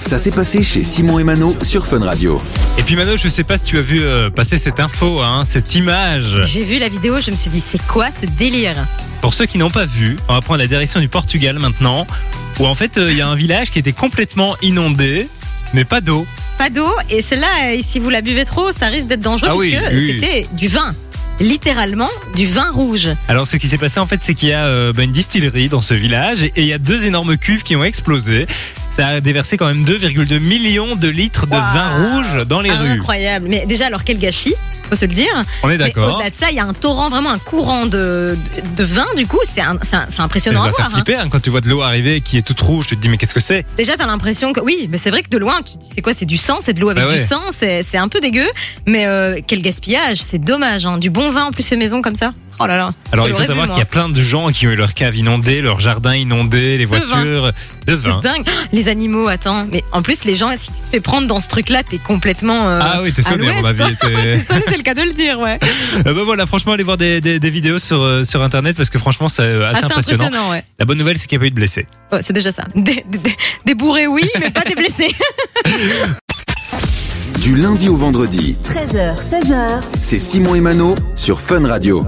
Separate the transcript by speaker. Speaker 1: Ça s'est passé chez Simon et Mano sur Fun Radio.
Speaker 2: Et puis Mano, je sais pas si tu as vu euh, passer cette info, hein, cette image.
Speaker 3: J'ai vu la vidéo, je me suis dit, c'est quoi ce délire
Speaker 2: Pour ceux qui n'ont pas vu, on va prendre la direction du Portugal maintenant, où en fait euh, il y a un village qui était complètement inondé, mais pas d'eau.
Speaker 3: Pas d'eau, et celle-là, euh, si vous la buvez trop, ça risque d'être dangereux,
Speaker 2: Ah oui,
Speaker 3: puisque
Speaker 2: oui.
Speaker 3: c'était du vin. Littéralement, du vin rouge.
Speaker 2: Alors ce qui s'est passé en fait, c'est qu'il y a euh, bah, une distillerie dans ce village et il y a deux énormes cuves qui ont explosé. Ça a déversé quand même 2,2 millions de litres de
Speaker 3: Waouh.
Speaker 2: vin rouge dans les rues.
Speaker 3: Incroyable. Mais déjà, alors quel gâchis, faut se le dire.
Speaker 2: On est
Speaker 3: Mais
Speaker 2: d'accord.
Speaker 3: au-delà de ça, il y a un torrent, vraiment un courant de, de vin, du coup, c'est un- c'est un- c'est
Speaker 2: Ça
Speaker 3: impressionnant à
Speaker 2: doit faire
Speaker 3: voir. hein.
Speaker 2: flipper hein, quand tu vois de l'eau arriver qui est toute rouge, tu te dis mais qu'est-ce que c'est
Speaker 3: Déjà, t'as l'impression que oui, mais c'est vrai que de loin, tu te dis c'est quoi C'est du sang, c'est de l'eau avec
Speaker 2: Bah
Speaker 3: du
Speaker 2: ouais.
Speaker 3: sang, c'est c'est un peu dégueu. Mais euh, quel gaspillage, c'est dommage. hein. Du bon vin en plus fait maison comme ça. Oh là là.
Speaker 2: Alors
Speaker 3: Je
Speaker 2: il faut
Speaker 3: l'aurais
Speaker 2: savoir
Speaker 3: bu,
Speaker 2: qu'il y a plein de gens qui ont eu leur cave inondée, leur jardin inondé, les
Speaker 3: vin.
Speaker 2: voitures de vin.
Speaker 3: C'est dingue. Les animaux, attends. Mais en plus, les gens, si tu te fais prendre dans ce truc-là, t'es complètement. euh,
Speaker 2: Ah oui, t'es
Speaker 3: à
Speaker 2: sonné,
Speaker 3: l'ouest,
Speaker 2: on m'avait été.
Speaker 3: C'est ça, c'est le cas de le dire, ouais.
Speaker 2: Euh, bah voilà, franchement, allez voir des, des- des vidéos sur, euh, sur internet parce que franchement, c'est euh, assez,
Speaker 3: Assez
Speaker 2: impressionnant.
Speaker 3: impressionnant, ouais.
Speaker 2: La bonne nouvelle, c'est qu'il n'y a pas eu de blessés.
Speaker 3: Ouais, c'est déjà ça. Des, des- des bourrés, oui, mais pas des blessés.
Speaker 1: Du lundi au vendredi,
Speaker 4: 13h, 16h,
Speaker 1: c'est Simon et Mano sur Fun Radio.